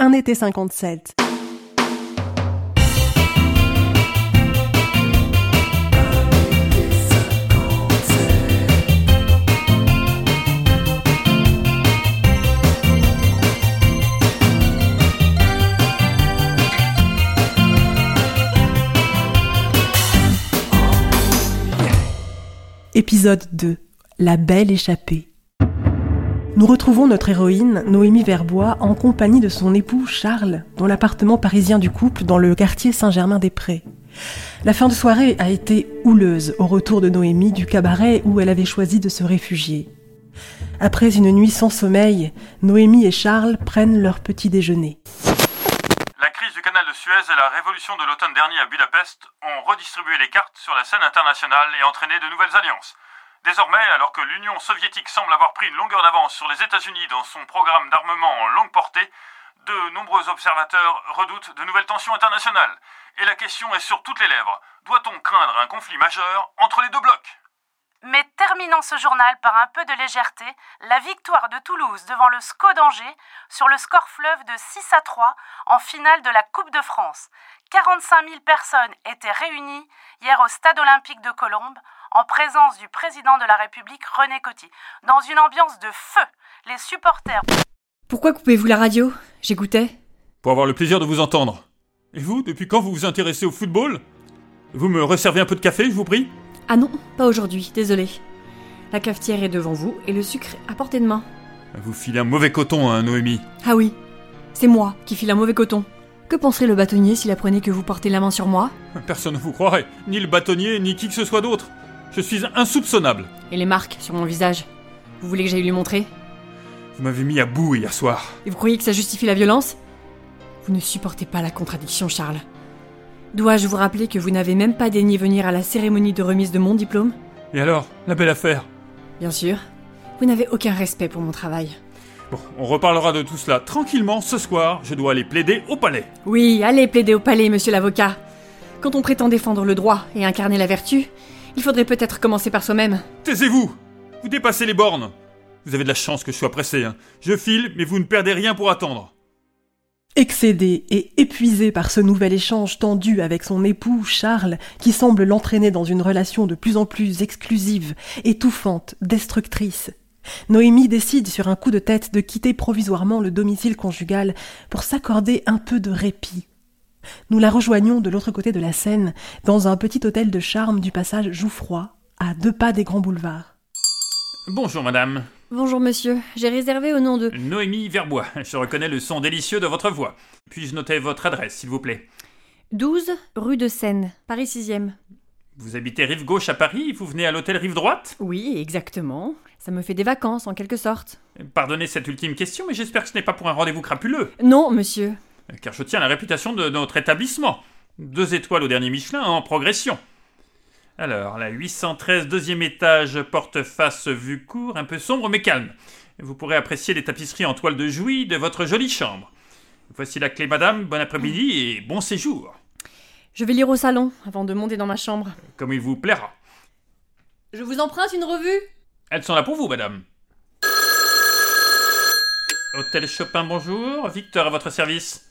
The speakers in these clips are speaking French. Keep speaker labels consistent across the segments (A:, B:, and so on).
A: Un été 57. Épisode 2. La belle échappée. Nous retrouvons notre héroïne, Noémie Verbois, en compagnie de son époux Charles, dans l'appartement parisien du couple dans le quartier Saint-Germain-des-Prés. La fin de soirée a été houleuse au retour de Noémie du cabaret où elle avait choisi de se réfugier. Après une nuit sans sommeil, Noémie et Charles prennent leur petit déjeuner.
B: La crise du canal de Suez et la révolution de l'automne dernier à Budapest ont redistribué les cartes sur la scène internationale et entraîné de nouvelles alliances. Désormais, alors que l'Union soviétique semble avoir pris une longueur d'avance sur les États-Unis dans son programme d'armement en longue portée, de nombreux observateurs redoutent de nouvelles tensions internationales. Et la question est sur toutes les lèvres. Doit-on craindre un conflit majeur entre les deux blocs
C: Mais terminons ce journal par un peu de légèreté, la victoire de Toulouse devant le SCO d'Angers sur le score fleuve de 6 à 3 en finale de la Coupe de France. 45 000 personnes étaient réunies hier au stade olympique de Colombes en présence du président de la République René Coty. Dans une ambiance de feu, les supporters
D: Pourquoi coupez-vous la radio J'écoutais.
B: Pour avoir le plaisir de vous entendre. Et vous, depuis quand vous vous intéressez au football Vous me resservez un peu de café, je vous prie
D: Ah non, pas aujourd'hui, désolé. La cafetière est devant vous et le sucre à portée de main.
B: Vous filez un mauvais coton, hein, Noémie.
D: Ah oui, c'est moi qui file un mauvais coton. Que penserait le bâtonnier s'il apprenait que vous portez la main sur moi
B: Personne ne vous croirait, ni le bâtonnier, ni qui que ce soit d'autre. Je suis insoupçonnable.
D: Et les marques sur mon visage Vous voulez que j'aille lui montrer
B: Vous m'avez mis à bout hier soir.
D: Et vous croyez que ça justifie la violence Vous ne supportez pas la contradiction, Charles. Dois-je vous rappeler que vous n'avez même pas daigné venir à la cérémonie de remise de mon diplôme
B: Et alors, la belle affaire
D: Bien sûr. Vous n'avez aucun respect pour mon travail.
B: Bon, on reparlera de tout cela tranquillement ce soir. Je dois aller plaider au palais.
D: Oui, allez plaider au palais, monsieur l'avocat. Quand on prétend défendre le droit et incarner la vertu, il faudrait peut-être commencer par soi-même.
B: Taisez-vous Vous dépassez les bornes Vous avez de la chance que je sois pressé. hein. Je file, mais vous ne perdez rien pour attendre.
A: Excédé et épuisé par ce nouvel échange tendu avec son époux Charles, qui semble l'entraîner dans une relation de plus en plus exclusive, étouffante, destructrice, Noémie décide sur un coup de tête de quitter provisoirement le domicile conjugal pour s'accorder un peu de répit. Nous la rejoignons de l'autre côté de la Seine, dans un petit hôtel de charme du passage Jouffroy, à deux pas des grands boulevards.
B: Bonjour madame.
D: Bonjour, monsieur. J'ai réservé au nom de.
B: Noémie Verbois. Je reconnais le son délicieux de votre voix. Puis-je noter votre adresse, s'il vous plaît
D: 12 rue de Seine, Paris 6e.
B: Vous habitez rive gauche à Paris Vous venez à l'hôtel rive droite
D: Oui, exactement. Ça me fait des vacances, en quelque sorte.
B: Pardonnez cette ultime question, mais j'espère que ce n'est pas pour un rendez-vous crapuleux.
D: Non, monsieur.
B: car je tiens à la réputation de notre établissement. Deux étoiles au dernier Michelin en progression. Alors, la 813 deuxième étage porte face vue court, un peu sombre mais calme. Vous pourrez apprécier les tapisseries en toile de jouy de votre jolie chambre. Voici la clé, madame. Bon après-midi et bon séjour,
D: Je vais lire au salon avant de monter dans ma chambre.
B: comme il vous plaira.
D: Je vous emprunte une revue
B: Elles sont là pour vous, madame. Hôtel Chopin, bonjour. Victor à votre service.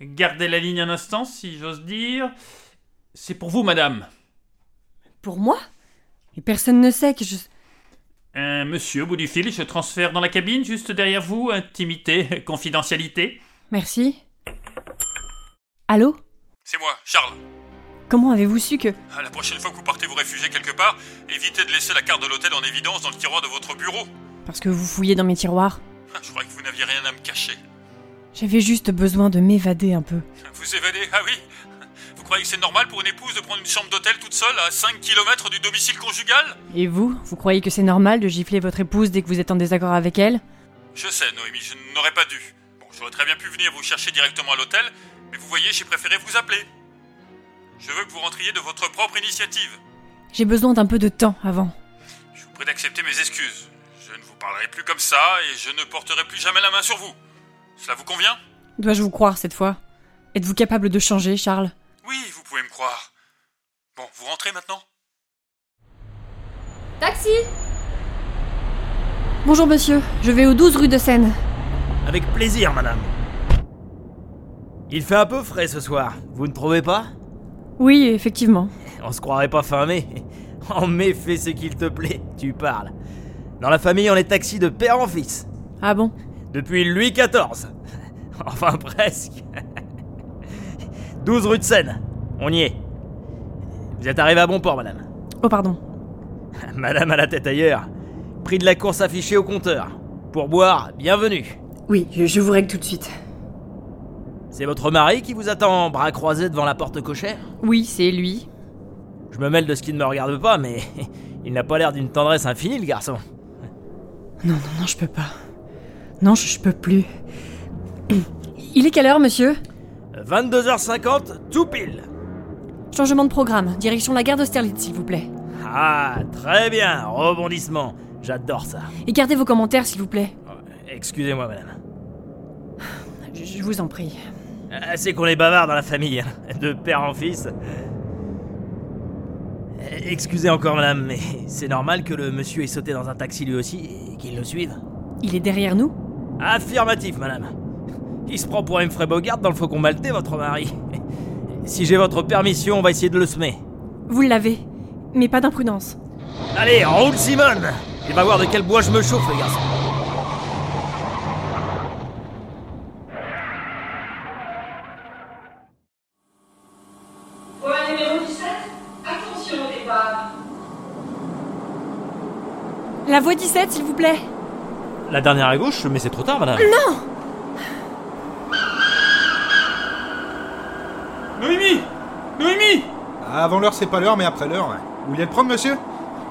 B: Gardez la ligne un instant, si j'ose dire. C'est pour vous, madame.
D: Pour moi Et personne ne sait que je.
B: Un monsieur au bout du fil, je transfère dans la cabine, juste derrière vous, intimité, confidentialité.
D: Merci. Allô
B: C'est moi, Charles.
D: Comment avez-vous su que.
B: La prochaine fois que vous partez vous réfugier quelque part, évitez de laisser la carte de l'hôtel en évidence dans le tiroir de votre bureau.
D: Parce que vous fouillez dans mes tiroirs.
B: Je croyais que vous n'aviez rien à me cacher.
D: J'avais juste besoin de m'évader un peu.
B: Vous évadez, ah oui Vous croyez que c'est normal pour une épouse de prendre une chambre d'hôtel toute seule à 5 km du domicile conjugal
D: Et vous Vous croyez que c'est normal de gifler votre épouse dès que vous êtes en désaccord avec elle
B: Je sais, Noémie, je n'aurais pas dû. Bon, j'aurais très bien pu venir vous chercher directement à l'hôtel, mais vous voyez, j'ai préféré vous appeler. Je veux que vous rentriez de votre propre initiative.
D: J'ai besoin d'un peu de temps avant.
B: Je vous prie d'accepter mes excuses. Je ne vous parlerai plus comme ça et je ne porterai plus jamais la main sur vous. Cela vous convient
D: Dois-je vous croire cette fois Êtes-vous capable de changer, Charles
B: Oui, vous pouvez me croire. Bon, vous rentrez maintenant
D: Taxi Bonjour monsieur, je vais au 12 rue de Seine.
B: Hein,
E: Avec plaisir, madame. Il fait un peu frais ce soir, vous ne trouvez pas
D: Oui, effectivement.
E: On se croirait pas fin mai. En mai, fais ce qu'il te plaît, tu parles. Dans la famille, on est taxi de père en fils.
D: Ah bon
E: Depuis Louis XIV. Enfin, presque. 12 rue de Seine. On y est. Vous êtes arrivé à bon port, madame.
D: Oh, pardon.
E: Madame à la tête ailleurs. Prix de la course affiché au compteur. Pour boire, bienvenue.
D: Oui, je, je vous règle tout de suite.
E: C'est votre mari qui vous attend, bras croisés devant la porte cochère
D: Oui, c'est lui.
E: Je me mêle de ce qui ne me regarde pas, mais il n'a pas l'air d'une tendresse infinie, le garçon.
D: Non, non, non, je peux pas. Non, je, je peux plus. Il est quelle heure, monsieur
E: 22h50, tout pile.
D: Changement de programme, direction la gare d'Austerlitz, s'il vous plaît.
E: Ah, très bien, rebondissement. J'adore ça.
D: Écartez vos commentaires, s'il vous plaît.
E: Excusez-moi, madame.
D: Je, je vous en prie.
E: Euh, C'est qu'on est bavard dans la famille, hein, de père en fils. Euh, Excusez encore, madame, mais c'est normal que le monsieur ait sauté dans un taxi lui aussi et qu'il le suive
D: Il est derrière nous
E: Affirmatif, madame. Il se prend pour Humphrey Bogart dans le Faucon Maltais, votre mari. Si j'ai votre permission, on va essayer de le semer.
D: Vous l'avez. Mais pas d'imprudence.
E: Allez, roule Simone Il va voir de quel bois je me chauffe, le garçon.
F: Voie numéro 17, attention au départ.
D: La voie 17, s'il vous plaît.
E: La dernière à gauche, mais c'est trop tard, madame.
D: Non
B: Noémie Noémie
G: Avant l'heure, c'est pas l'heure, mais après l'heure. ouais. Vous vouliez le prendre, monsieur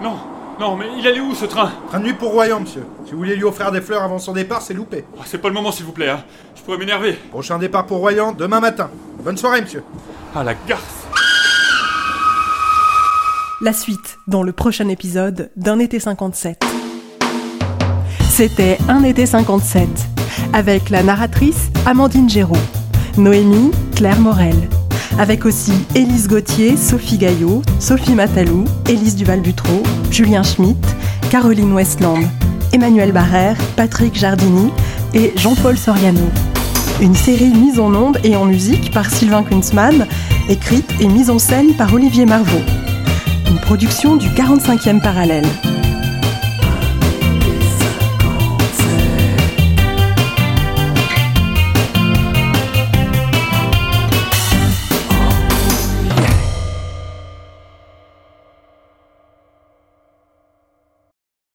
B: Non, non, mais il allait où ce train
G: Train de nuit pour Royan, monsieur. Si vous voulez lui offrir des fleurs avant son départ, c'est loupé.
B: Oh, C'est pas le moment, s'il vous plaît, hein. je pourrais m'énerver.
G: Prochain départ pour Royan, demain matin. Bonne soirée, monsieur.
B: Ah, la garce
A: La suite dans le prochain épisode d'Un été 57. C'était Un été 57 avec la narratrice Amandine Géraud, Noémie Claire Morel, avec aussi Élise Gauthier, Sophie Gaillot, Sophie Matalou, Élise Duval-Butreau, Julien Schmitt, Caroline Westland, Emmanuel Barrère, Patrick Jardini et Jean-Paul Soriano. Une série mise en onde et en musique par Sylvain Kunzmann, écrite et mise en scène par Olivier Marvaux une production du 45e parallèle.